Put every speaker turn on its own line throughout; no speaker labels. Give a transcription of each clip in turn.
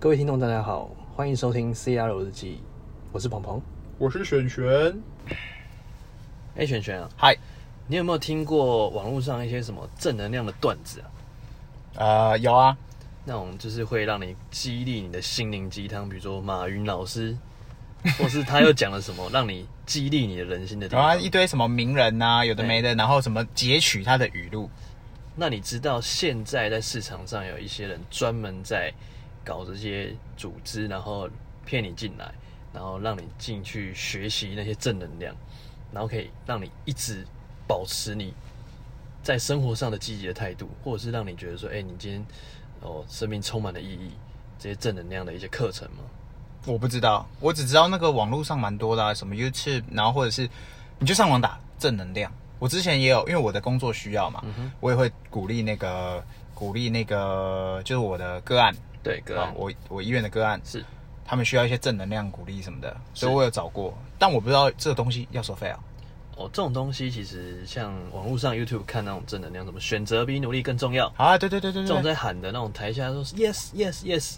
各位听众，大家好，欢迎收听 CR 日记，我是鹏鹏。
我是璇璇。
哎、璇璇啊，
嗨，
你有没有听过网络上一些什么正能量的段子啊？
啊，有啊，
那种就是会让你激励你的心灵鸡汤，比如说马云老师，或是他又讲了什么让你激励你的人心的地
然后
方。
啊一堆什么名人呐、有的没的，然后什么截取他的语录，
那你知道现在在市场上有一些人专门在搞这些组织，然后骗你进来，然后让你进去学习那些正能量，然后可以让你一直保持你在生活上的积极的态度，或者是让你觉得说，哎、你今天哦生命充满了意义，这些正能量的一些课程吗？
我不知道，我只知道那个网络上蛮多的、啊，什么 YouTube，然后或者是你就上网打正能量。我之前也有，因为我的工作需要嘛，
嗯
我也会鼓励那个鼓励那个就是我的个案，
对，哥、案
啊我我医院的个案，
是
他们需要一些正能量鼓励什么的，
是
所以我有找过，但我不知道这个东西要收费啊。
哦，这种东西其实像网络上 YouTube 看那种正能量，什么选择比努力更重要，
啊，对对对对
这种
对对，
在喊的那种台下说是嗯 yes yes yes，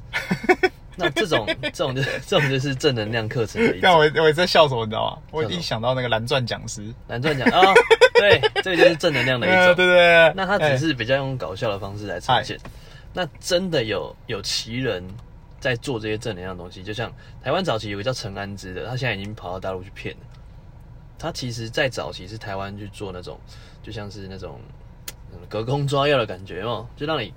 那这种这种就是这种就是正能量课程的一
但
种。
啊我我也在笑什么，你知道吗？我
笑什
一
么
想到那个蓝钻讲师，
蓝钻讲啊，对，这个就是正能量的
呃
一
对
种。
对对，
那他只
哎
是比较用搞笑的方式来呈现。那真的有有奇人在做这些正能量的东西，就像台湾早期有个叫陈安之的，他现在已经跑到大陆去骗了。他其实，在早期是台湾去做那种，就像是那种嗯隔空抓药的感觉哦，就让你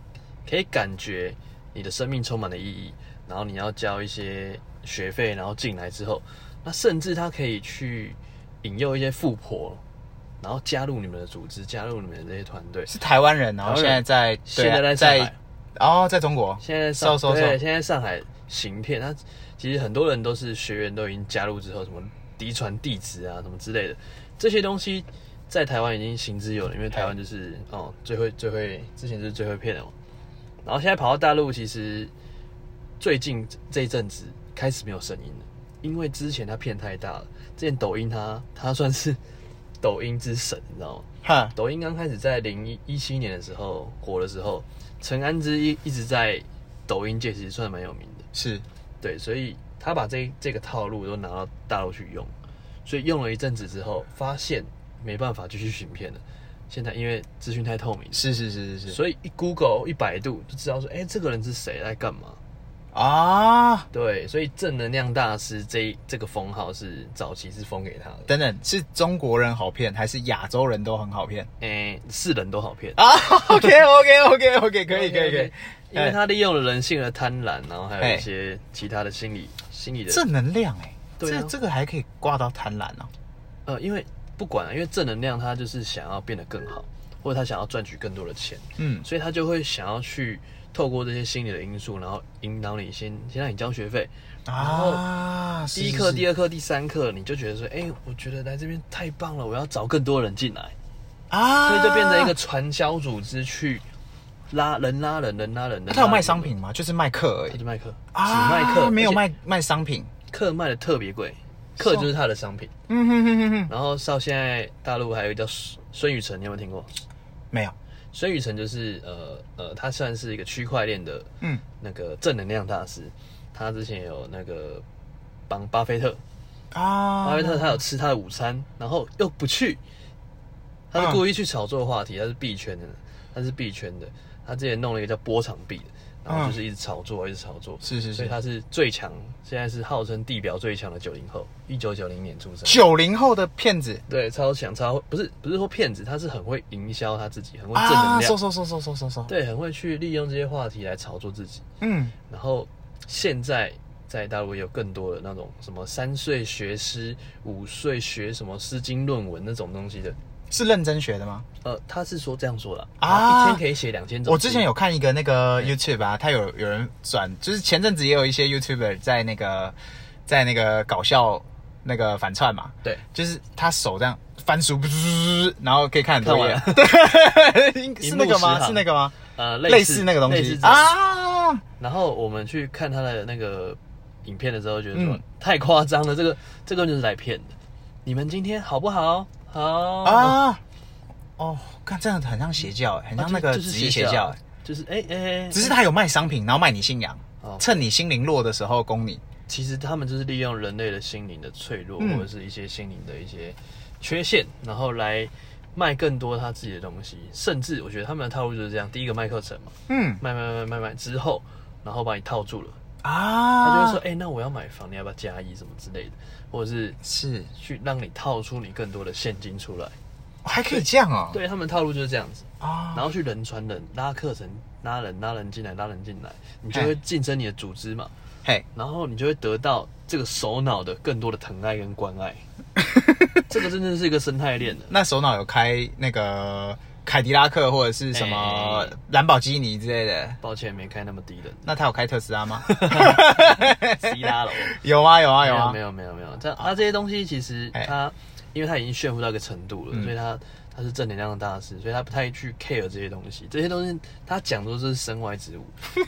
可以感觉你的生命充满了意义，然后你要交一些学费，然后进来之后，那甚至他可以去引诱一些富婆，然后加入你们的组织，加入你们的这些团队。
是台湾人，然后
台湾
现在
人
在对
现
啊
在在上海
在哦，在中国
现在上
收收
对，
收
现在上海行骗，他其实很多人都是学员都已经加入之后，什么嫡传弟子啊，什么之类的，这些东西在台湾已经行之有了，因为台湾就是哦最会最会之前就是最会骗的嘛，然后现在跑到大陆，其实最近这一阵子开始没有声音了，因为之前他骗太大了，之前抖音他他算是 抖音之神，你知道吗？
哈，
抖音刚开始在零一一七年的时候火的时候，陈安之一一直在抖音界其实算蛮有名的，
是
对，所以他把这这个套路都拿到大陆去用，所以用了一阵子之后，发现没办法继续行骗了。现在因为资讯太透明，
是是是是是
所以一 Google 一百度就知道说，哎、这个人是谁，在干嘛？
啊，
对，所以正能量大师这一这个封号是早期是封给他的，
等等，是中国人好骗还是亚洲人都很好骗
哎、是人都好骗。
啊？OK OK OK OK，可以
OK，OK
可以可以，
因为他利用了人性的贪婪，然后还有一些其他的心理心理的
正能量哎，
对
这
啊
这个还可以挂到贪婪哦，
呃，因为不管啊，因为正能量他就是想要变得更好，或者他想要赚取更多的钱，
嗯，
所以他就会想要去透过这些心理的因素，然后引导你先先让你交学费，
啊，
第一课、第
二
二课、第三课，你就觉得说，哎、我觉得来这边太棒了，我要找更多人进来，
啊，
所以就变成一个。传销组织去拉人拉人人拉人，人拉人
他有卖商，品吗？就是卖课而
他
已
就卖课，只
啊，
卖课，
没
而
有
且
卖卖商品。
课卖的特别贵，课就是他的商品。
嗯哼哼哼哼，
然后到现在大陆还有一个叫孙孙宇晨，你有没有听过？
没有。
孙宇晨就是呃呃，他算是一个区块链的
嗯，
那个正能量大师，他之前有那个帮巴菲特，
啊，
巴菲特他有吃他的午餐，然后又不去，他是故意去炒作话题，他是币圈的，他是币圈的，他之前弄了一个叫波场币的，然后就是一直炒作，一直炒作，
是是
所以
是，
他是最强，现在是号称地表最强的九零后，一九九零年出生，
九零后的骗子
对，超强，超不是不是说骗子，他是很会营销他自己，很会正能
啊，
量，
收收收收收收收，
对，很会去利用这些话题来炒作自己。
嗯，
然后现在在大陆有更多的那种什么三岁学诗，五岁学什么诗经论文那种东西的，
是认真学的吗？
呃，他是说这样说的
啊
啊，一天可以写两千种诗。
我之前有看一个那个 YouTube 啊，他有有人转，就是前阵子也有一些 YouTuber 在那个在那个搞笑那个反串嘛，
对
就是他手这样翻书，然后可以看很
看
多
完
页
了，，
对， 是那个
荧幕十
吗？
行
是那个吗？
呃，
类似那个东
类似
西
这样哦
啊，
然后我们去看他的那个影片的时候，觉得说、
嗯
太夸张了，这个这个就是来骗的。你们今天好不好？好啊，
啊，哦，看这样很像邪教欸，很像那个
就是
职业
邪
邪教欸，
就是哎哎，哎
只是他有卖商品，然后卖你信仰。
哦好
趁你心灵弱的时候攻你。
其实他们就是利用人类的心灵的脆弱，
嗯
或者是一些心灵的一些缺陷，然后来卖更多他自己的东西。甚至我觉得他们的套路就是这样：第一个卖课程嘛，
嗯
卖卖卖卖卖之后，然后把你套住了，
啊，
他就会说：“哎、那我要买房，你要不要加一什么之类的？”或者是
是
去让你套出你更多的现金出来。
哦还可以这样哦。
对他们套路就是这样子，
啊，
然后去人传人，拉课程，拉人拉人进来，拉人进来，你
哎
就会晋升你的组织嘛。
嘿，
然后你就会得到这个首脑的更多的疼爱跟关 爱。这个真的是一个生态链的，
那首脑有开那个凯迪拉克或者是什么
哎
兰博基尼之类的，
抱歉没开那么低 的，
那他有开特斯 拉吗？
低拉了。
有啊有啊有啊
没，有没有没有，这它这些东西其实
哎嗯
它，因为它已经炫富到一个程度了，所以它它是正能量的大师，所以他不太去 care 这些东西。这些东西他讲说这是身外 之物，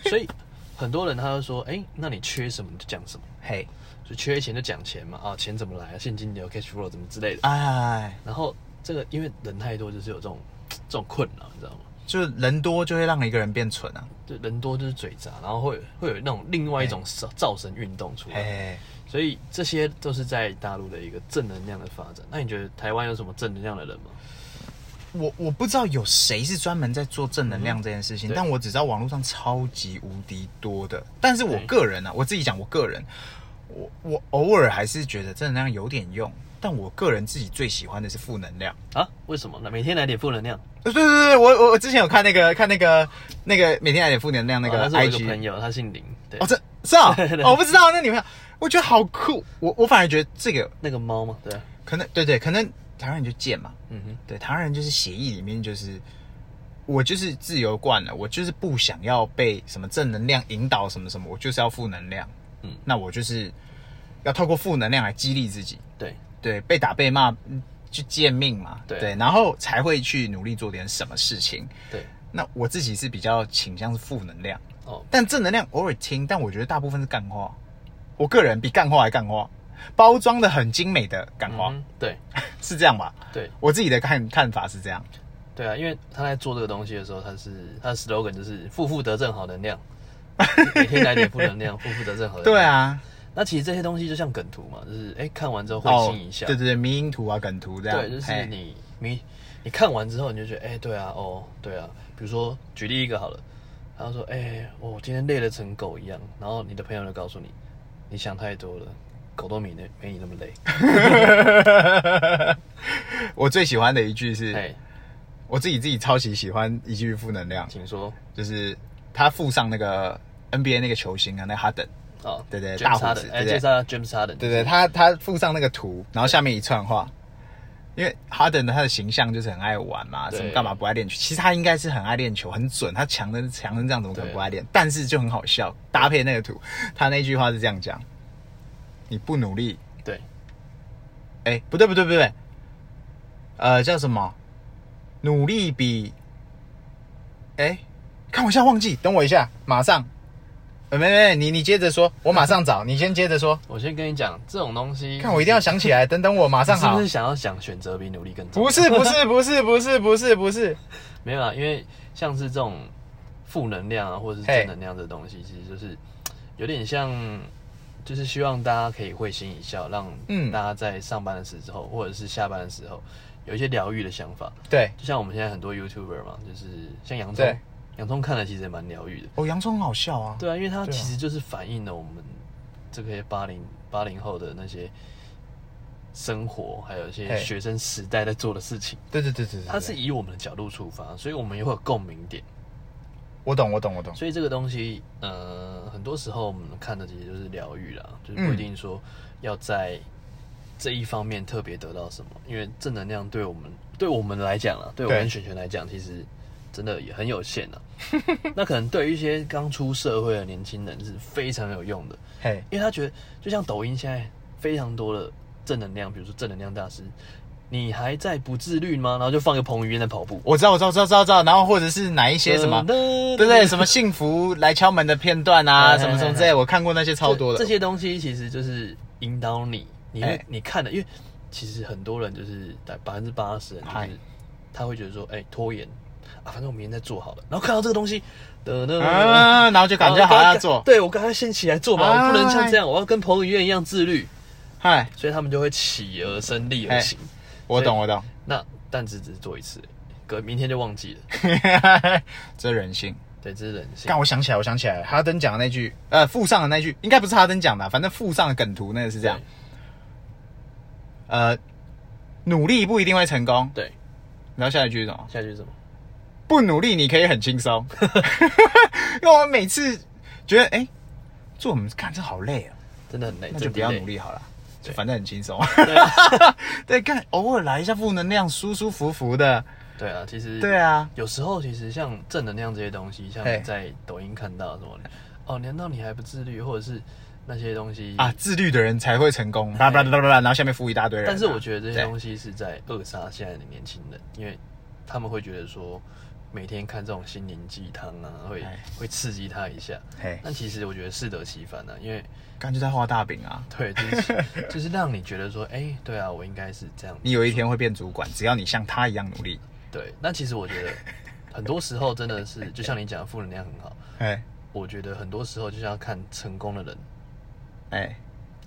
所以很多人他就说，哎，那你缺什么你就讲什么，
嘿，
就缺钱就讲钱嘛，啊，钱怎么来啊，现金流、cash flow 怎么之类的。
哎，
然后这个因为人太多，就是有这种这种困扰，你知道吗？
就是人多就会让一个人变蠢啊，
就人多就是嘴杂，然后会会有那种另外一种造造神运动出来，
嘿，
所以这些都是在大陆的一个正能量的发展。那你觉得台湾有什么正能量的人吗？
我我不知道有谁是专门在做正能量这件事情，
嗯对
但我只知道网络上超级无敌多的。但是我
对
个人呢、啊，我自己讲，我个人，我我偶尔还是觉得正能量有点用，但我个人自己最喜欢的是负能量。呃
啊，为什么？那每天来点负能量。
对对对对，我我我之前有看那个看那个那个每天来点负能量那
啊那
个
是我一个
IG，、
朋友，他姓林，对，
哦，这是啊、
对对
哦，我不知道那女朋友，我觉得好酷，我我反而觉得这个
那个猫嘛，对啊，
可能对对，可能台湾人就贱嘛，
嗯哼，
对，台湾人就是协议里面就是我就是自由惯了，我就是不想要被什么正能量引导什么什么，我就是要负能量，
嗯
那我就是要透过负能量来激励自己，
对，
对，被打被骂嗯就贱命嘛，
对
然后才会去努力做点什么事情。
对，
那我自己是比较倾向是负能量，
哦，
但正能量偶尔听，但我觉得大部分是干话，我个人比干话还干话，包装的很精美的干话、
嗯哼，对，
是这样吧？
对，
我自己的看看法是这样。
对啊，因为他在做这个东西的时候，他是他的 slogan 就是“负负得正，好能 量”，每天来点负能量，负负得正，好能量。
对啊，
那其实这些东西就像梗图嘛，就是哎、诶看完之后会心一笑，
哦对对对，迷因图啊，梗图这样。
对就是
嘿
你你你看完之后你就觉得哎、诶对啊哦对啊，比如说举例一个好了，他说哎、诶我今天累得成狗一样，然后你的朋友就告诉你，你想太多了，狗都没那没你那么累，
我最喜欢的一句
哎、
是，我自己自己超级喜欢一句负能量，
请说
就是他附上那个 NBA 那个球星啊，那哈登，
啊，
对对
James
大胡
Harden，
子
哎，
对
介
对
绍 James Harden，
对对，他他附上那个图，然后下面一串话。因为哈登的他的形象就是很爱玩嘛，
对
什么干嘛不爱练球？其实他应该是很爱练球，很准，他强的强成这样，怎么可能
对
不爱练？但是就很好笑，搭配那个图，他那句话是这样讲：你不努力，
对
哎、不对不对不对，呃，叫什么？努力比，哎、看我一下忘记，等我一下，马上。呃，没没，没你你接着说，我马上找， 你先接着说。
我先跟你讲这种东西，
看我一定要想起来，等等我马
你
上
是
好
不是。想要想选择比努力更重要？
不是不是不是不是不是不是，
没有啦，啊因为像是这种负能量啊，或者是
嘿
正能量这东西，其实就是有点像，就是希望大家可以会心一笑，让
嗯
大家在上班的时候、或者是下班的时候有一些疗愈的想法。
对，
就像我们现在很多 YouTuber 嘛，就是像洋
对
葱，洋葱看了其实也蛮疗愈的。
哦，洋葱很好笑啊。
对啊，因为它
对啊
其实就是反映了我们这些八零八零后的那些生活，还有一些
嘿
学生时代在做的事情。
对对对对对，
它是
对
以我们的角度出发，所以我们也会有共鸣点。
我懂我懂我懂，
所以这个东西，呃，很多时候我们看的其实就是疗愈啦，就是不
嗯
一定说要在这一方面特别得到什么，因为正能量对我们对我们来讲啦，对我
对
们选选来讲，其实真的也很有限啊。 那可能对于一些刚出社会的年轻人是非常有用的，
嘿，
因为他觉得就像抖音现在非常多的正能量，比如说正能量大师，你还在不自律吗？然后就放一个彭于晏在跑步，
我知道我知道知道知道知道，然后或者是哪一些什么，
呃对
对对，什么幸福来敲门的片段啊，
哎
什么什么之类，我看过那些超
这
多的。
这些东西其实就是引导你，你会、
哎
你看的，因为其实很多人就是百分之八十人，就
嗨
是他会觉得说，哎、拖延啊，反正我明天再做好了。然后看到这个东西，噔噔
啊，然后就感觉好像要做，
对我刚才先起来做嘛，
啊
我不能像这样，我要跟彭于晏一样自律，
嗨，
所以他们就会起而生，立而行。
我懂我懂，
那但只只做一次，隔明天就忘记了，
这人性。
对，这是人性
但。我想起来，我想起来，哈登讲的那句，呃，附上的那句，应该不是哈登讲的啊、反正附上的梗图那个是这样，呃，努力不一定会成功，
对，
然后下一句是什么？
下一句是什么？
不努力你可以很轻 松，因为我每次觉得，哎、做我们看这好累啊，
真的很累，
那
真的
就不要
累
努。力好了，就
对
反正很轻松，
对啊
对，看偶尔来一下负能量，舒舒服服的，
对啊，其实
对啊，
有时候其实像正能量这些东西，像
嘿
在抖音看到的什么，哦，难道你还不自律，或者是那些东西
啊，？自律的人才会成功，巴拉巴拉巴拉巴拉，然后下面附一大堆人啊、
但是我觉得这些
对
东西是在扼杀现在的年轻人，因为他们会觉得说，每天看这种心灵鸡汤啊，会
哎
会刺激他一下。
嘿，
但其实我觉得适得其反啊，因为
感觉在画大饼啊。
对，就是 就是让你觉得说，哎、对啊，我应该是这样。
你有一天会变主管，只要你像他一样努力。
对，那其实我觉得很多时候真的是，就像你讲的，负能量很好。
哎
我觉得很多时候就是要看成功的人
哎，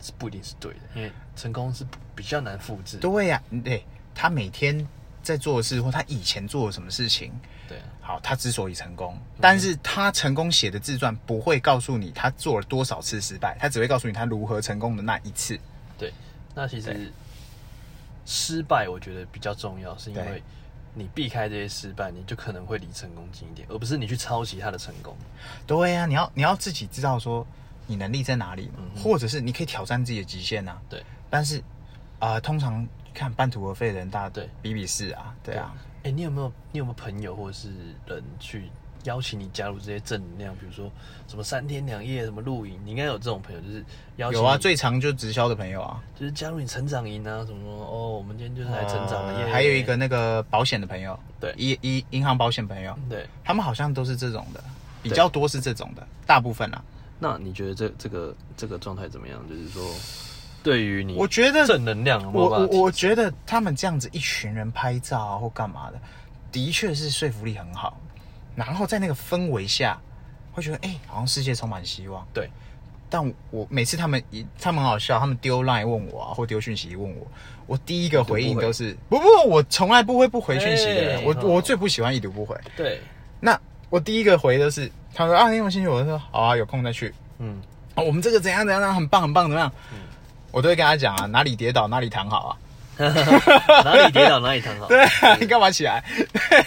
是不一定是对的，
嗯
因为成功是比较难复制。
对呀、对他每天在做的事，或他以前做的什么事情，
对啊，
好，他之所以成功，
嗯
但是他成功写的自传不会告诉你他做了多少次失败，他只会告诉你他如何成功的那一次。
对。那其
对
实失败我觉得比较重要，是因
对
为你避开这些失败，你就可能会离成功近一点，而不是你去抄袭他的成功。
对呀、你要你要自己知道说你能力在哪里嘛，
嗯
或者是你可以挑战自己的极限啊。
对
但是啊、呃通常看半途而废的人，大家
对
比比是啊，对啊。
哎、你有没有你有没有朋友或者是人去邀请你加入这些正能量，比如说什么三天两夜、什么露营？你应该有这种朋友，就是邀请
有啊，
你
最常就直销的朋友啊，
就是加入你成长营啊，什么什么哦，我们今天就是来成长的。耶
呃还有一个那个保险的朋友，
对
银银银行保险朋友，
对，
他们好像都是这种的，比较多是这种的，大部分啦。啊
那你觉得这这个这个状态怎么样？就是说，对于你，
我觉得
正能量有没
我
有办
我
法提升，
我觉得他们这样子一群人拍照啊或干嘛的，的确是说服力很好，然后在那个氛围下，会觉得哎、好像世界充满希望。
对
但我我每次他们一他们很好笑，他们丢 line 问我啊，或丢讯息问我，我第一个回应都是不不，我从来不会不回讯息的人，
哎
我
哦
我最不喜欢已读不回。
对，
那我第一个回的是，他说啊，你有兴趣？我就说好啊，有空再去。
嗯，
啊，我们这个怎样怎样，怎样很棒很棒，怎么样？我都会跟他讲啊，哪里跌倒哪里躺好啊。
哪里跌倒哪里躺 好。
对啊， 你干嘛起来？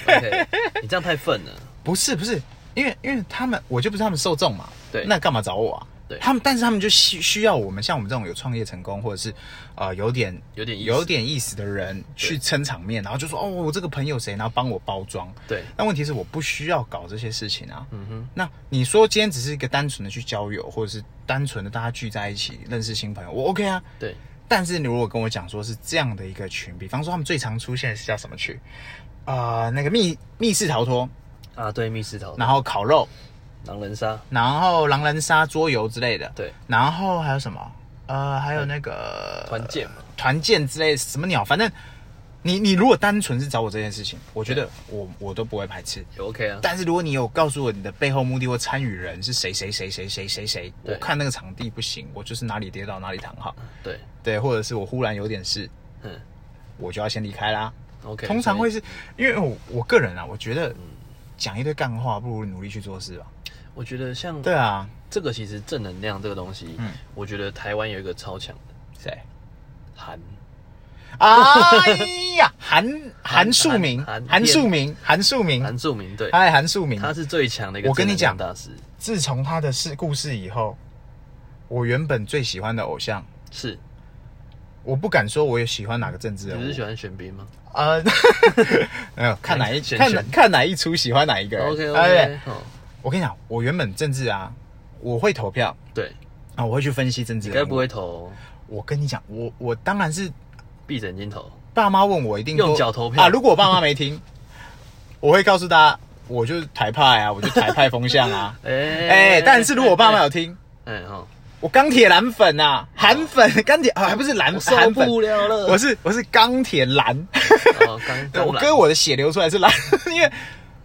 OK，你这样太愤了。
不是不是，因为因为他们我就不是他们受众嘛，
对
那干嘛找我啊？
对
他们但是他们就需需要我们像我们这种有创业成功或者是呃有点
有点意思
有点意思的人去撑场面，然后就说哦我这个朋友谁，然后帮我包装。
对，
但问题是我不需要搞这些事情啊。
嗯哼，
那你说今天只是一个单纯的去交友，或者是单纯的大家聚在一起认识新朋友，我 OK 啊。
对，
但是你如果跟我讲说是这样的一个群，比方说他们最常出现的是叫什么群？啊、那个密密室逃脱，
啊，对，密室逃脱
然、后烤
哦
肉，
狼人杀，
然后狼人杀、桌游之类的。
对，
然后还有什么？呃，还有那个
团建嘛，
团建之类的什么鸟，反正你你如果单纯是找我这件事情，我觉得我我都不会排斥。
也 OK 啊。
但是如果你有告诉我你的背后目的或参与人是谁谁谁谁谁谁谁，我
对
看那个场地不行，我就是哪里跌倒哪里躺好，
对，
对，或者是我忽然有点事，
嗯
我就要先离开啦。
，OK。
通常会
所嗯
是因为我我个人啊，我觉得讲一堆干话，不如努力去做事吧。
以，我觉得像
对啊，
这个其实正能量这个东西，
嗯
我觉得台湾有一个超强的
谁？
韩，
哎呀， 韩
韩
韩树明，
韩
韩树明，韩树
嗯韩
明，
著名对，
哎，韩树明，
他是最强的一个
我跟
正能
你
量
讲
大师，
自从他的事故事以后，我原本最喜欢的偶像，
是
我不敢说我有喜欢哪个政治
你
人
不是喜
物，
欢玄彬吗
呃， 没有看哪一
选
看哪
选
看哪一出喜欢哪一个人。
？OK
哎
OK，好，
我跟你讲，我原本政治啊，我会投票
对，
啊，我会去分析政治
你
人物。
该不会投
我跟你讲，我我当然是
闭着眼睛投？
爸妈问我一定都
用脚投票
啊。如果我爸妈没 听，我会告诉大家，我就是台派啊，我就台派风向 啊。
哎
哎、但是如果我爸妈有听，
哎哈，
我钢铁蓝粉啊，韩粉，钢铁啊，还不是蓝
哦我受
韩粉，
不了了，
我是我是钢铁 蓝，
哦刚
对
刚
我
来
哥我的血流出来是蓝，因为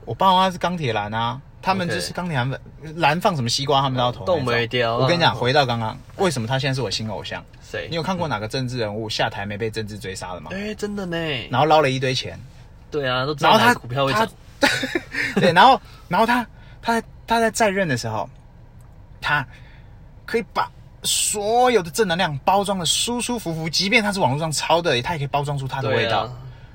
我爸妈是钢铁蓝啊，他们就是钢铁蓝粉蓝放什么西瓜，他们都要投那种。
冻没掉啊
我跟你讲，回到刚刚，为什么他现在是我新偶像？
谁？
你有看过哪个政治人物下台没被政治追杀的吗？
哎、真的呢。
然后捞了一堆钱，
对啊，都知
然
道
后
哪
他
个股票会
他
涨。
对，然后然后他他在他在在任的时候，他可以把所有的正能量包装的舒舒服服，即便他是网络上抄的，他也可以包装出他的味
对
道。
啊，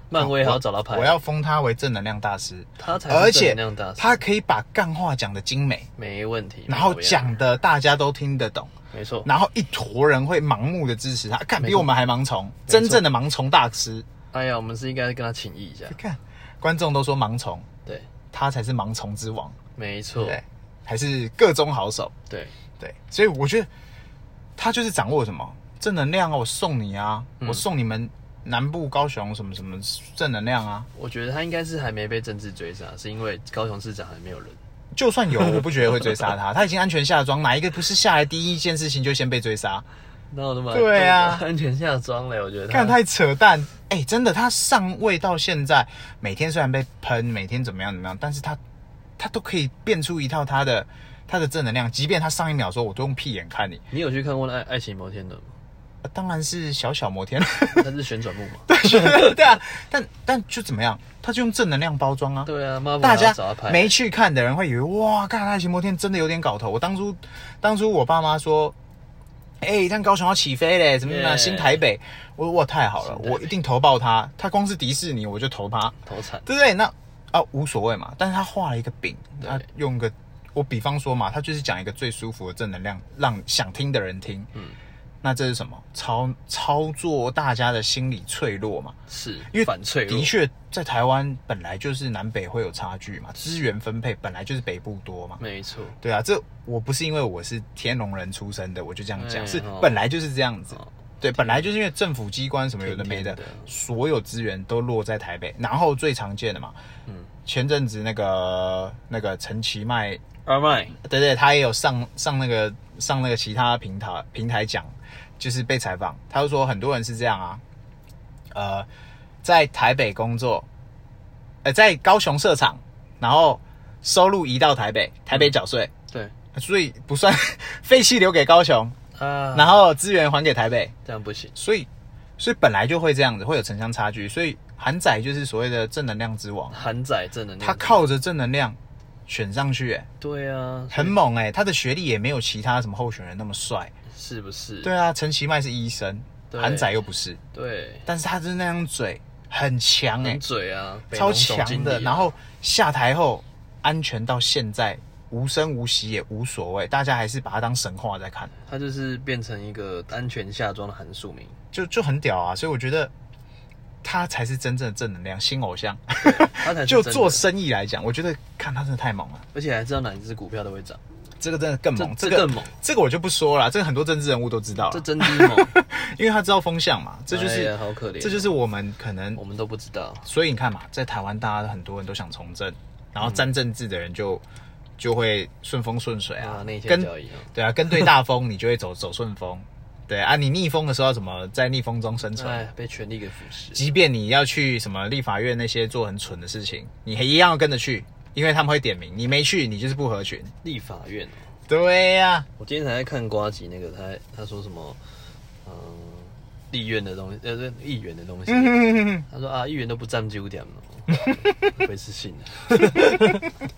漫威还要找他拍，
我要封他为正能量大师，
他才
而
是正
且
能量大师，
他可以把干话讲的精美，
没问题。
然后
没有样
讲的大家都听得 懂，
没错，
然后一坨人会盲目的支持他，看
没
比
错
我们还盲从，真正的盲从大师。
哎呀，我们是应该跟他请益 一下，
看，观众都说盲从，
对，
他才是盲从之王，
没错，
对，还是各中好手，
对，
对，所以我觉得他就是掌握什么正能量啊，我送你啊，我送你们南部高雄什么什么正能量啊，
我觉得他应该是还没被政治追杀，是因为高雄市长还没有人。
就算有，我不觉得会追杀他，他已经安全下庄，哪一个不是下来第一件事情就先被追杀？
那我他妈
对啊
安全下装了，我觉得他
看太扯淡！哎、真的，他上位到现在，每天虽然被喷，每天怎么样怎么样，但是他他都可以变出一套他的他的正能量，即便他上一秒说我都用屁眼看你，
你有去看过那《爱爱情摩天轮》 吗？
呃当然是小小摩天，
它是旋转木马。
对啊，但但就怎么样，他就用正能量包装啊。
对啊，妈
大家
找他拍，啊
没去看的人会以为哇，看《爱情摩天》真的有点搞头。我当初，当初我爸妈说，哎、但高雄要起飞嘞，怎么样啊
Yeah
新台北，我说哇太好了
新，台北
我一定投爆他。他光是迪士尼我就投他，
投产。
对不对？那啊无所谓嘛，但是他画了一个饼，
对
他用个我比方说嘛，他就是讲一个最舒服的正能量，让想听的人听。
嗯
那这是什么？操操作大家的心理脆弱嘛？
是，
因为
反脆弱
的，确，在台湾本来就是南北会有差距嘛，资源分配本来就是北部多嘛。
没错。
对啊，这我不是因为我是天龙人出身的，我就这样讲，
哎
是
哦
本来就是这样子
哦。
对，本来就是因为政府机关什么有的没的
天天，的
所有资源都落在台北。然后最常见的嘛，
嗯
前阵子那个那个陈其迈，
二麦
对对，他也有上上那个上那个其他平台平台讲，就是被采访，他就说很多人是这样啊，呃，在台北工作，呃，在高雄设厂，然后收入移到台北，台北缴税，
对
所以不算 废弃留给高雄，
啊，
然后资源还给台北，
这样不行。
所以所以本来就会这样子，会有城乡差距，所以韩仔就是所谓的正能量之王，
韩仔正能量，
他靠着正能量选上去、欸，
对啊，
很猛哎、他的学历也没有其他什么候选人那么帅。
是不是？
对啊，陈其迈是医生，
对
韩仔又不是，
对，
但是他就是那张嘴很强哎、
很嘴啊，北
超
农总经
强的。
理啊
然后下台后安全到现在，无声无息也无所谓，大家还是把他当神话在看，
他就是变成一个安全下装的韩庶民，
就就很屌啊。所以我觉得他才是真正的正能量新偶像。
他才是
就
真的
做生意来讲，我觉得看他真的太猛了，
而且还知道哪一只股票都会涨，
这个真的更
这
猛，
这
个
更猛，
这个我就不说了啦，这个很多政治人物都知道
这
了，
真的猛，
因为他知道风向嘛， 这就
哎
是、
呀好可怜哦，
这就是我们可能
我，们都不知道，
所以你看嘛，在台湾大家很多人都想从政，然后沾政治的人就、就会顺风顺水啊
啊，，那天
跟
交易啊，
对啊，跟对大风你就会走走顺风，对啊，你逆风的时候要怎么在逆风中生存？
哎，被权力给腐蚀，
即便你要去什么立法院那些做很蠢的事情，你还一样要跟着去，因为他们会点名，你没去你就是不合群。
立法院哦。
对啊呀、
我今天才在看瓜吉那个，他他说什么，嗯、立院的东西，呃，对议员的东
嗯
西，他说啊，议员都不占九点了，会是信啊的，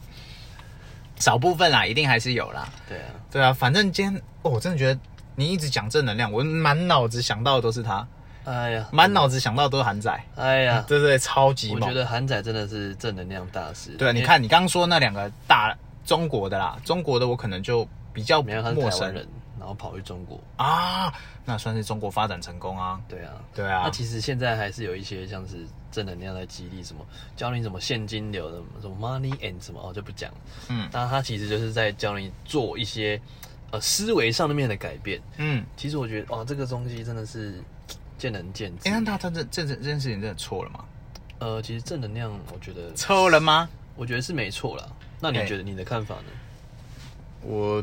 少部分啦，一定还是有啦。
对啊，
对啊，反正今天、哦我真的觉得你一直讲正能量，我满脑子想到的都是他，
哎呀，
满脑子想到的都是韩仔，
哎呀，
对对对，超级
我
猛
觉。得韩仔真的是正能量大师，
对啊，你看你刚刚说那两个大中国的啦，中国的我可能就比较
因为，没有他是台
陌
湾
生
人，然后跑去中国，
啊，那算是中国发展成功啊。
对啊。
对
那
啊，
其实现在还是有一些像是正能量在激励什么，教你怎么现金流的什么 money and 什么哦就不讲了，
嗯
那他其实就是在教你做一些呃思维上面的改变，
嗯，
其实我觉得，哇，这个东西真的是见仁见智
哎、。那他他这这这件事情真的错了吗？
呃，其实正能量，我觉得，
错了吗？
我觉得是没错啦。那你
哎
觉得你的看法呢？
我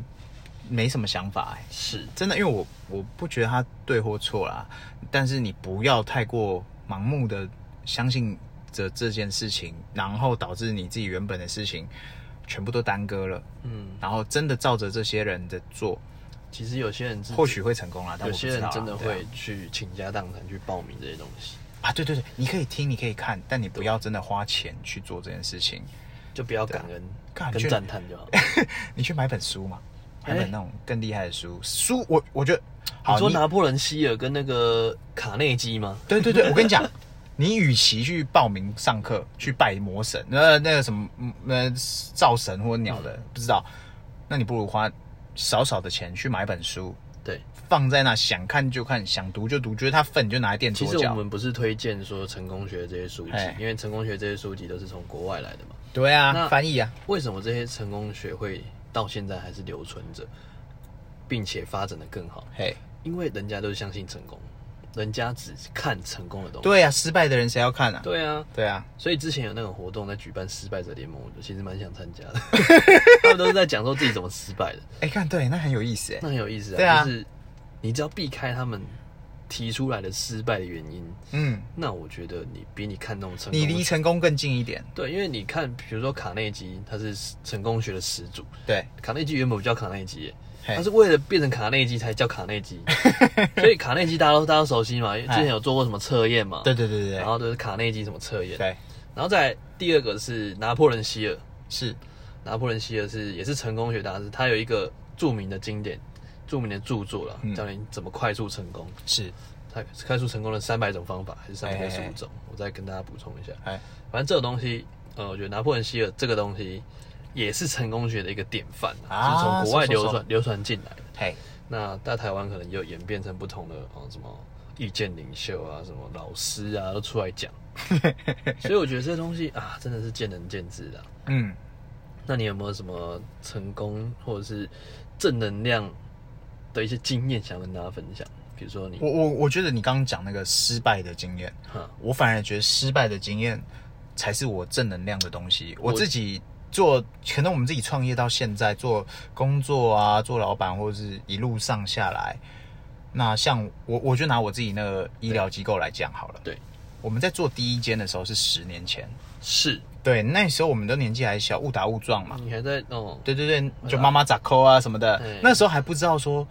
没什么想法哎、
是
真的，因为我我不觉得他对或错啦，但是你不要太过盲目的相信着这件事情，然后导致你自己原本的事情全部都耽搁了，
嗯，
然后真的照着这些人的做，
其实有些人自己
或许会成功啦，
嗯
但
有
我不
些
知
人
道啦
真的
对啊
会去倾家荡产去报名这些东西，
啊，对对对，你可以听，你可以看，但你不要真的花钱去做这件事情。
就不要感恩
干
跟
啊觉得哎
赞叹就好。
你去买本书嘛，买
哎
本那种更厉害的书。书，我我觉得，好，
你说
你
拿破仑希尔跟那个卡内基吗？
对对对，我跟你讲，你与其去报名上课去拜魔神，那那个什么，嗯呃，灶神或鸟的，不知道，那你不如花少少的钱去买本书，
对，
放在那，想看就看，想读就读，觉得它粉就拿来垫
其
桌
实我
脚。
们不是推荐说成功学这些书籍
哎，
因为成功学这些书籍都是从国外来的嘛。
对啊，
那
翻译啊，
为什么这些成功学会到现在还是留存着，并且发展的更好？
嘿，
因为人家都是相信成功，人家只看成功的东西。
对啊，失败的人谁要看啊？
对啊，
对啊，
所以之前有那种活动在举办失败者联盟，我就其实蛮想参 加的。他们都是在讲说自己怎么失败的，
哎，看对，那很有意思哎
那，很有意思啊。
对啊
就是你只要避开他们提出来的失败的原因，
嗯，
那我觉得你比你看那种成功，
你离成功更近一点，
对，因为你看，比如说卡内基，他是成功学的始祖。
对，
卡内基原本不叫卡内基耶，
嘿
他是为了变成卡内基才叫卡内 基，所以卡内基大家都大家都熟悉嘛，因为之前有做过什么测验嘛，
对对对对
然后就是卡内基什么测验
对，，对
然后再来第二个是拿破仑希尔，
是，
拿破仑希尔是也是成功学大师，他有一个著名的经典、著名的著作了，
嗯
教你怎么快速成功，
是，
他快速成功的三百种方法还是三百
哎
六
哎
十
哎
五种，我再跟大家补充一下，
哎，
反正这个东西，呃，我觉得拿破仑希尔这个东西也是成功学的一个典范
啊
啊，是从国外
是是是
流传流传进来的。
嘿，
那在台湾可能又演变成不同的哦，什么意见领袖啊，什么老师啊，都出来 讲。所以我觉得这东西啊，真的是见仁见智的。啊
嗯。
那你有没有什么成功或者是正能量的一些经验想跟大家分享？比如说你，
我我我觉得你刚刚讲那个失败的经验，
哈，
我反而觉得失败的经验才是我正能量的东西。我
我
自己做，可能我们自己创业到现在做工作啊，做老板或者是一路上下来，那像我我就拿我自己那个医疗机构来讲好了。
对，
我们在做第一间的时候是十年前，
是
对，那时候我们都年纪还小，误打误撞嘛。
你还在哦，
对对对，就妈妈咋扣啊什么的
对，
那时候还不知道说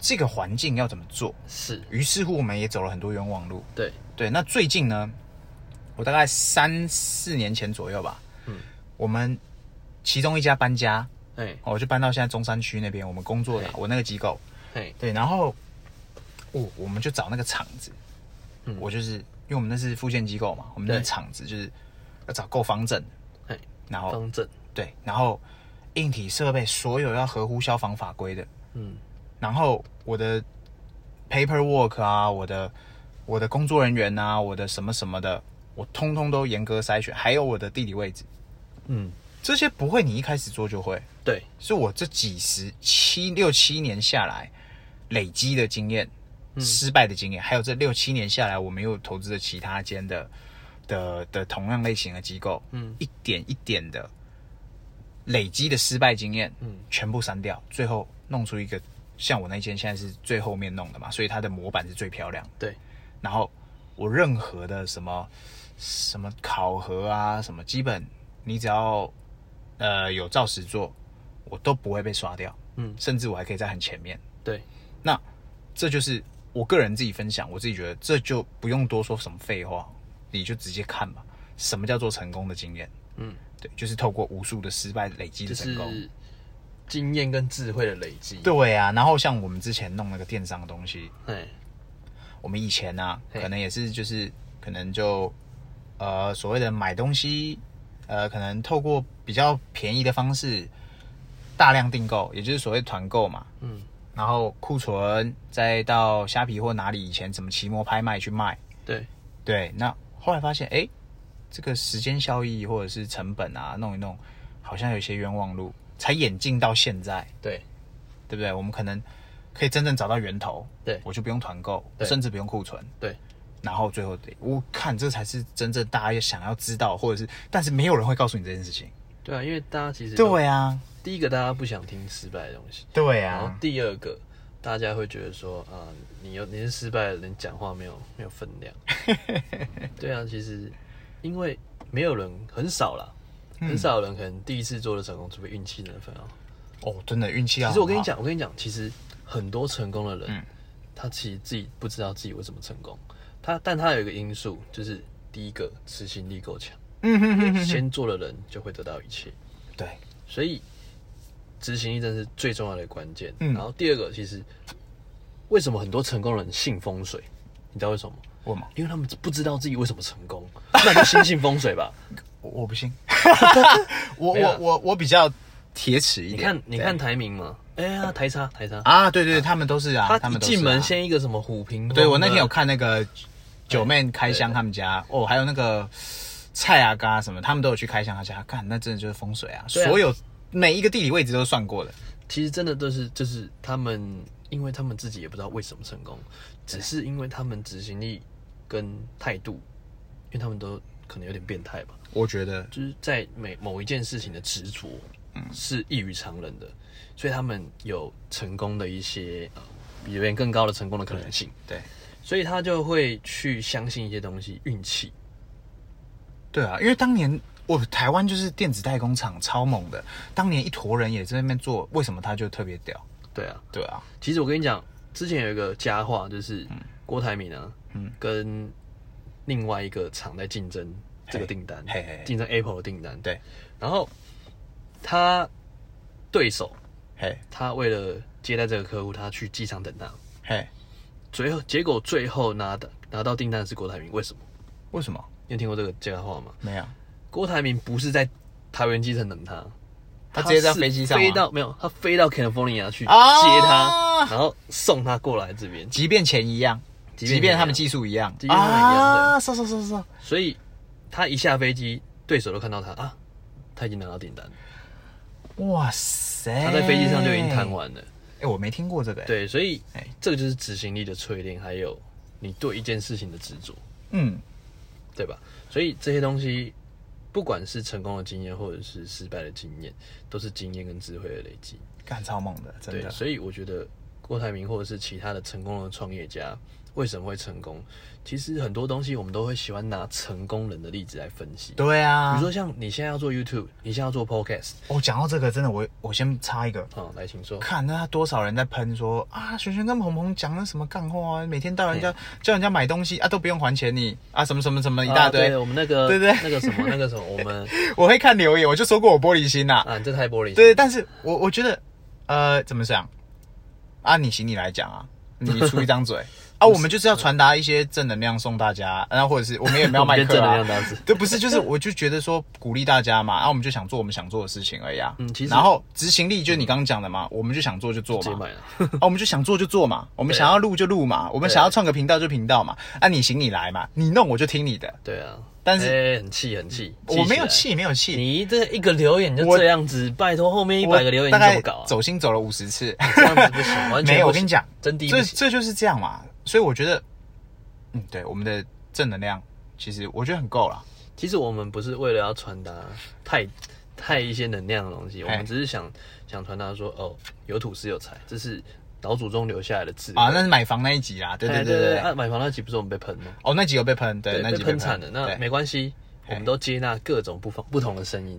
这个环境要怎么做。
是
于是乎，我们也走了很多冤枉路。
对，
对，那最近呢，我大概三四年前左右吧，
嗯
我们其中一家搬家，
哎
哦我就搬到现在中山区那边，我们工作的
嘿
我那个机构，
哎，
对，然后，哦，我们就找那个厂子，
嗯
我就是因为我们那是复健机构嘛，我们那
对
个厂子就是要找够方正的，
嘿
然后
方正，
对，然后硬体设备所有要合乎消防法规的，
嗯，
然后我的 paperwork 啊，我的我的工作人员啊，我的什么什么的，我通通都严格筛选，还有我的地理位置，
嗯，
这些不会你一开始做就会，
对，
是我这几十七六七年下来累积的经验，
嗯
失败的经验，还有这六七年下来我们又投资了其他间的的的同样类型的机构，
嗯
一点一点的累积的失败经验，
嗯
全部删掉，最后弄出一个像我那间现在是最后面弄的嘛，所以它的模板是最漂亮的。
对，
然后我任何的什么什么考核啊，什么基本你只要呃有照实做，我都不会被刷掉，
嗯
甚至我还可以在很前面。
对，
那这就是我个人自己分享，我自己觉得这就不用多说什么废话，你就直接看吧，什么叫做成功的经验？
嗯，
对，就是透过无数的失败累积
就
的成
是
功。
经验跟智慧的累积。，
对啊，然后像我们之前弄那个电商的东西，
哎，
我们以前啊，
嘿
可能也是就是可能就呃所谓的买东西，呃，可能透过比较便宜的方式大量订购，也就是所谓团购嘛。
嗯，
然后库存，再到虾皮或哪里以前怎么奇摩拍卖去卖，
对，
对，那后来发现，哎，这个时间效益或者是成本啊，弄一弄，好像有一些冤枉路，才演进到现在，
对，
对不对？我们可能可以真正找到源头，
对
我就不用团购，
对
甚至不用库存，
对，
然后最后得，我看这才是真正大家想要知道，或者是，但是没有人会告诉你这件事情。
对啊，因为大家其实都，
对啊，
第一个大家不想听失败的东西，
对
然后
啊，
第二个大家会觉得说啊，你有你是失败的人，你讲话没有没有 分量。对啊，其实因为没有人很少啦，
嗯
很少有人可能第一次做的成功，除非运气真的很好。
哦，真的运气要。嗯
其实我跟你，讲，我跟你讲，其实很多成功的人，他其实自己不知道自己为什么成功，他但他有一个因素，就是第一个执行力够 强，
嗯哼哼哼，
先做的人就会得到一切，
对，
所以执行力真的是最重要的关键。
嗯
然后第二个，其实为什么很多成功人信风水，你知道为什么吗？
问嘛，
因为他们不知道自己为什么成功， 那你就相信风水吧。
我我 不信，我
没有啊
我我我比较铁齿 一
你
点。
看，你看
对
台名嘛，哎呀，台差台差，
啊，对对，对他们都是啊，
他一
们都
进
是
门
啊
先一个什么虎屏风的，
对我那天有看那个九妹开箱他们家哦，还有那个蔡阿嘎什么，他们都有去开箱他家，看那真的就是风水啊，
对啊
所有每一个地理位置都算过的。
其实真的都是就是他们，因为他们自己也不知道为什么成功，只是因为他们执行力跟态度，因为他们都可能有点变态吧，
我觉得
就是在每某一件事情的执着，
嗯
是异于常人的，所以他们有成功的一些呃比别人更高的成功的可能性，
对
所以他就会去相信一些东西，运气。
对啊，因为当年我台湾就是电子代工厂超猛的，当年一坨人也在那边做，为什么他就特别屌？
对啊，
对啊，
其实我跟你讲，之前有一个佳话，就是
嗯
郭台铭啊，跟另外一个厂在竞争这个订单
嘿嘿嘿，
竞争 Apple 的订单。
对，
然后他对手，
嘿
他为了接待这个客户，他去机场等他，
嘿，
最后结果最后拿的拿到订单的是郭台铭，为什么？
为什么
你有听过这个佳话吗？
没有？
郭台铭不是在桃园机场等他，
他直接在
是
飞机上吗
飞到没有，他飞到 California 去接
啊
他，然后送他过来这边。
即便钱一样，
即
即
便
便
钱一
他们
样
技术一样，
即便他们一样对
啊，是是是是，
所以他一下飞机，对手都看到他啊，他已经拿到订单，
哇塞！
他在飞机上就已经谈。完了。
哎、我没听过这个、欸。，
对，所以
哎
这个就是执行力的淬炼，还有你对一件事情的执着，
嗯，
对吧？所以这些东西，不管是成功的经验，或者是失败的经验，都是经验跟智慧的累积。
干超猛的，真
对，
的。
所以我觉得郭台铭或者是其他的成功的创业家为什么会成功，其实很多东西我们都会喜欢拿成功人的例子来分析。比
对啊，
如说像你现在要做 YouTube，你现在要做 Podcast，
哦，讲到这个，真的，我我先插一个，
好、来，请说。
看那多少人在喷说啊，璇璇跟鹏鹏讲那什么干话啊，每天到人家叫人家买东西啊，都不用还钱你啊，什么什么什 么一大
啊
堆。
对我们那个，
对对
那个什么，那个什么，我 们
我会看留言，我就说过我玻璃心呐、
啊，你这太玻璃心。
对，但是我我觉得，呃，怎么讲？按你行李来讲啊，你出 一张嘴啊，我们就是要传达一些正能量送大家，然后或者是我们也没有卖
变
课
正能
啊
量，大师。
对，不是，就是我就觉得说鼓励大家嘛，然、后我们就想做我们想做的事情而已啊。
嗯其实
然后执行力就是你刚刚讲的嘛，我们就想做就做
直接
嘛，
买了，
啊，我们就想做就做嘛，我们
对
想要录就录嘛，我们
对
想要创个频道就频道嘛，啊，你行你来嘛，你弄我就听你的，
对啊，
但是
哎很气很气，
我没有
起
气，没有
来，
气。
你这一个留言就
我
这样子，拜托后面一
我
百个留言
大
你怎
概
么搞啊？
走心走了五十次，
这样子不行， 完全不行
没有。我跟你，讲，
真的不
这
行。
这就是这样嘛。所以我觉得，嗯，对，我们的正能量其实我觉得很够了。
其实我们不是为了要传达太太一些能量的东西，我们只是想想传达说，哦，有土是有财，这是老祖宗留下来的智慧。
啊，那是买房那一集啦，对
哎
对
对
对对。
啊，买房那集不是我们被喷吗？
哦，那集有被喷，对，那
被
集
喷惨了。
对
那没关系，我们都接纳各种不方不同的 声音。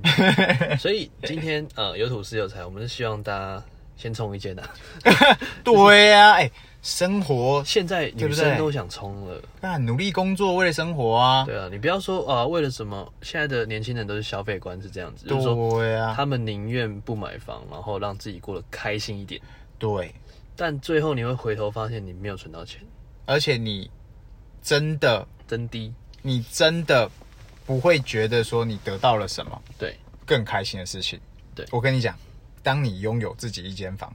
所以今天呃，有土是有财，我们是希望大家先冲一件的、啊。
对呀、哎、生活，
现在
对
女
不
生
对
都想冲了，
那努力工作，为了生活啊，
对啊，你不要说啊、为了什么？现在的年轻人都是消费观是这样子，就是说
对啊呀、
他们宁愿不买房，然后让自己过得开心一点。
对，
但最后你会回头发现你没有存到钱，
而且你真的，
真低。
你真的不会觉得说你得到了什么
对，
更开心的事情。
对
我跟你讲，当你拥有自己一间房，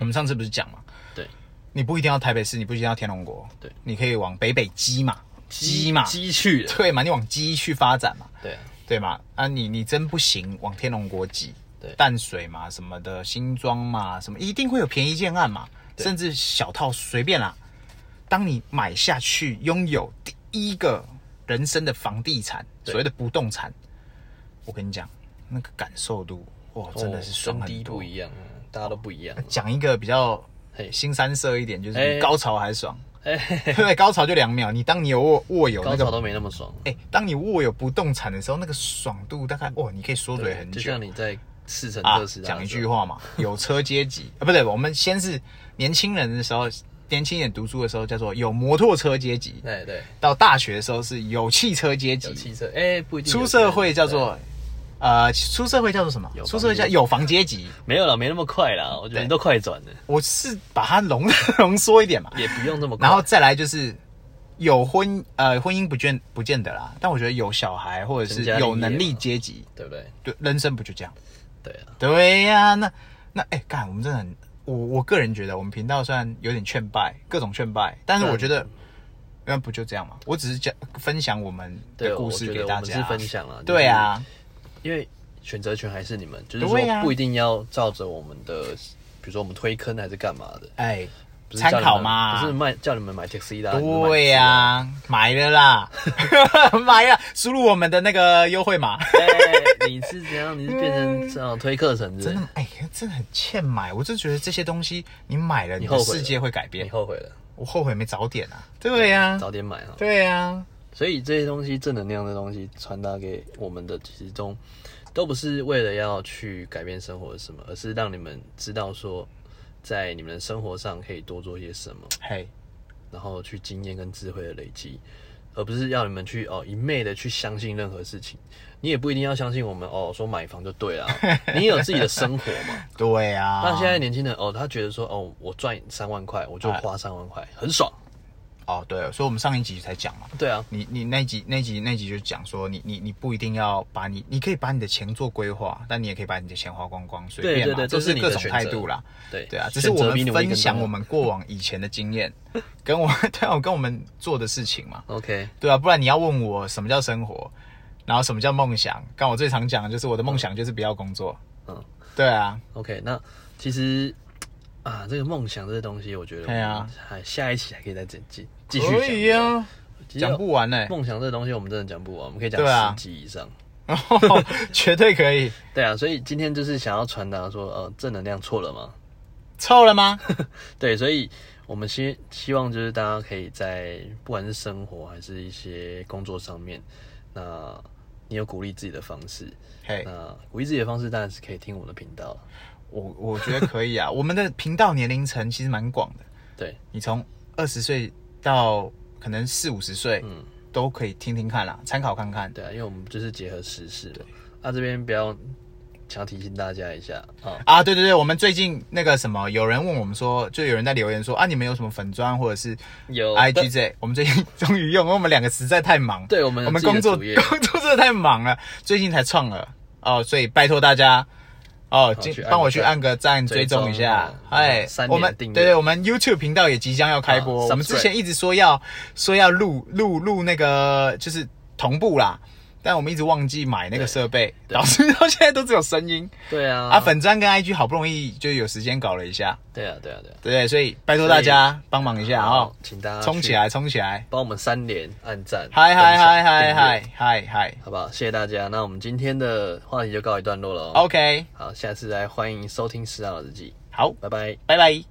我们上次不是讲嘛，
对，
你不一定要台北市，你不一定要天龙国，
对，
你可以往北北基嘛，基嘛，
积去了。
对嘛，你往基去发展嘛，
对啊，
对嘛？啊你，你真不行，往天龙国挤，
对
淡水嘛，什么的，新庄嘛，什么一定会有便宜建案嘛，甚至小套随便啦。当你买下去，拥有第一个人生的房地产，
对
所谓的不动产，我跟你讲，那个感受度，哇， 真的是
哦
爽
跟低
很
不
多。
一样，嗯大家都不一样。
讲一个比较
嘿
新三色一点，就
哎
是高潮还爽，
哎、
对不对？高潮就两秒。你当你有握握有
高
那
潮
个，
都没那么爽。
哎、当你握有不动产的时候，那个爽度大概哇，你可以缩嘴很
就
久
像你在试乘
啊
测试。
讲一句，话嘛，有车阶级 啊，不对，我们先是年轻人的时候，年轻人读书的时候叫做有摩托车阶级，
对哎对，
到大学的时候是有汽车阶
有
级，
汽车，哎、不一定有
出
车。
社会叫
对
做呃，出社会叫做什么
有？房
出社会叫
阶级
有房阶级。
没有了，没那么快啦。我觉得
对
你都快转了，
我是把它浓浓缩一点嘛，
也不用这么快。
然后再来就是有婚呃婚姻不见不见得啦，但我觉得有小孩或者
成
是
家立业
有能力阶级，
对不对？
对人生不就这样？
对啊，
对呀、那那哎干、我们真的很我我个人觉得我们频道虽然有点劝败，各种劝败，但是
对
我觉得那不就这样嘛？我只是讲分享我们
对，
的故
我
事
觉
给
得
大
我们
家
是，分享啊。
对啊，
就是因为选择权还是你们，就是说
对啊
不一定要照着我们的，比如说我们推坑还是干嘛的，
哎，
不是叫
参
你们
考嘛，
不是卖叫你们买 taxi 啦。
对啊呀、买 了啦，买了，输入我们的那个优惠码。
你们买 taxi 啦，哎你是怎样？你是变成这样推课程是不
嗯真
是
的，哎、真的很欠买。我就觉得这些东西你买了，你
后
的
悔了
世界会改
你
变。
后悔了？
我后悔没早点啊。对呀、
早点买哈。啊
对呀、
所以这些东西正能量的东西传达给我们的，其实中都不是为了要去改变生活什么，而是让你们知道说，在你们的生活上可以多做些什么，
嘿，
然后去经验跟智慧的累积，而不是要你们去哦一昧的去相信任何事情。你也不一定要相信我们哦，说买房就对 啊，你也有自己的生活嘛。
对呀、
那现在年轻人哦，他觉得说哦，我赚三万块，我就
啊
花三万块，很爽。
哦，对，所以我们上一集才讲嘛。
对啊，
你你那集那集那集就讲说你，你你不一定要把你，你可以把你的钱做规划，但你也可以把你的钱花光光，随便嘛，
对对对
这
这是你的
各种
选择
态度啦。
对
对啊，只是我
选择比
们
努力
分
更
享
重要
我们过往以前的经验， 跟我对啊，跟我们做的事情嘛。
OK，
对啊，不然你要问我什么叫生活，然后什么叫梦想？刚我最常讲的就是我的梦想就是不要工作。
嗯。
对啊，
OK，那其实啊，这个梦想这个东西，我觉得
对啊
我们还下一期还可以再继继继续
可以
讲。
啊，
其实
讲不完欸呢、
梦想这个东西，我们真的讲不完，我们可以讲
对啊
十集以上。
绝对可以。
对啊，所以今天就是想要传达说，呃，正能量错了吗？
臭了 吗？
对，所以我们希希望就是大家可以在不管是生活还是一些工作上面，那你有鼓励自己的方式，
嘿，
那鼓励自己的方式当然是可以听我的频道了。
我我觉得可以啊。 我们的频道年龄层其实蛮广的，
对，
你从二十岁到可能四五十岁，
嗯
都可以听听看啦，参考看看。
对啊，因为我们就是结合时事嘛。那、这边不要想要提醒大家一下啊、
啊，对对对，我们最近那个什么，有人问我们说，就有人在留言说啊，你们有什么粉砖或者是
有
IG 这，我们最近终于用，因为我们两个实在太忙，
对我们有
我们
自己的
工作
主页
工作真的太忙了，最近才创了哦，所以拜托大家哦，
好
进
去按个
帮我去按个赞，
追
追
踪
踪一下
哦，
哎
三，
我
连
们
订阅
对对，我们 YouTube 频道也即将要开播，
啊
我们
subscribe
之前一直说要说要录录录那个就是同步啦。但我们一直忘记买那个设备，导致到现在都只有声音
对啊，
啊！粉砖跟 IG 好不容易就有时间搞了一下，
对啊，对啊，对啊，
对，所以拜托大家帮忙一下哦
好，请大家
冲起
去
来，冲起来！
帮我们三连按赞，
嗨嗨嗨嗨
分享，
嗨
订阅
嗨嗨
好不好？谢谢大家，那我们今天的话题就告一段落了哦。
，OK，
好，下次来欢迎收听《时尚的日记》，
好，
拜拜。
拜拜。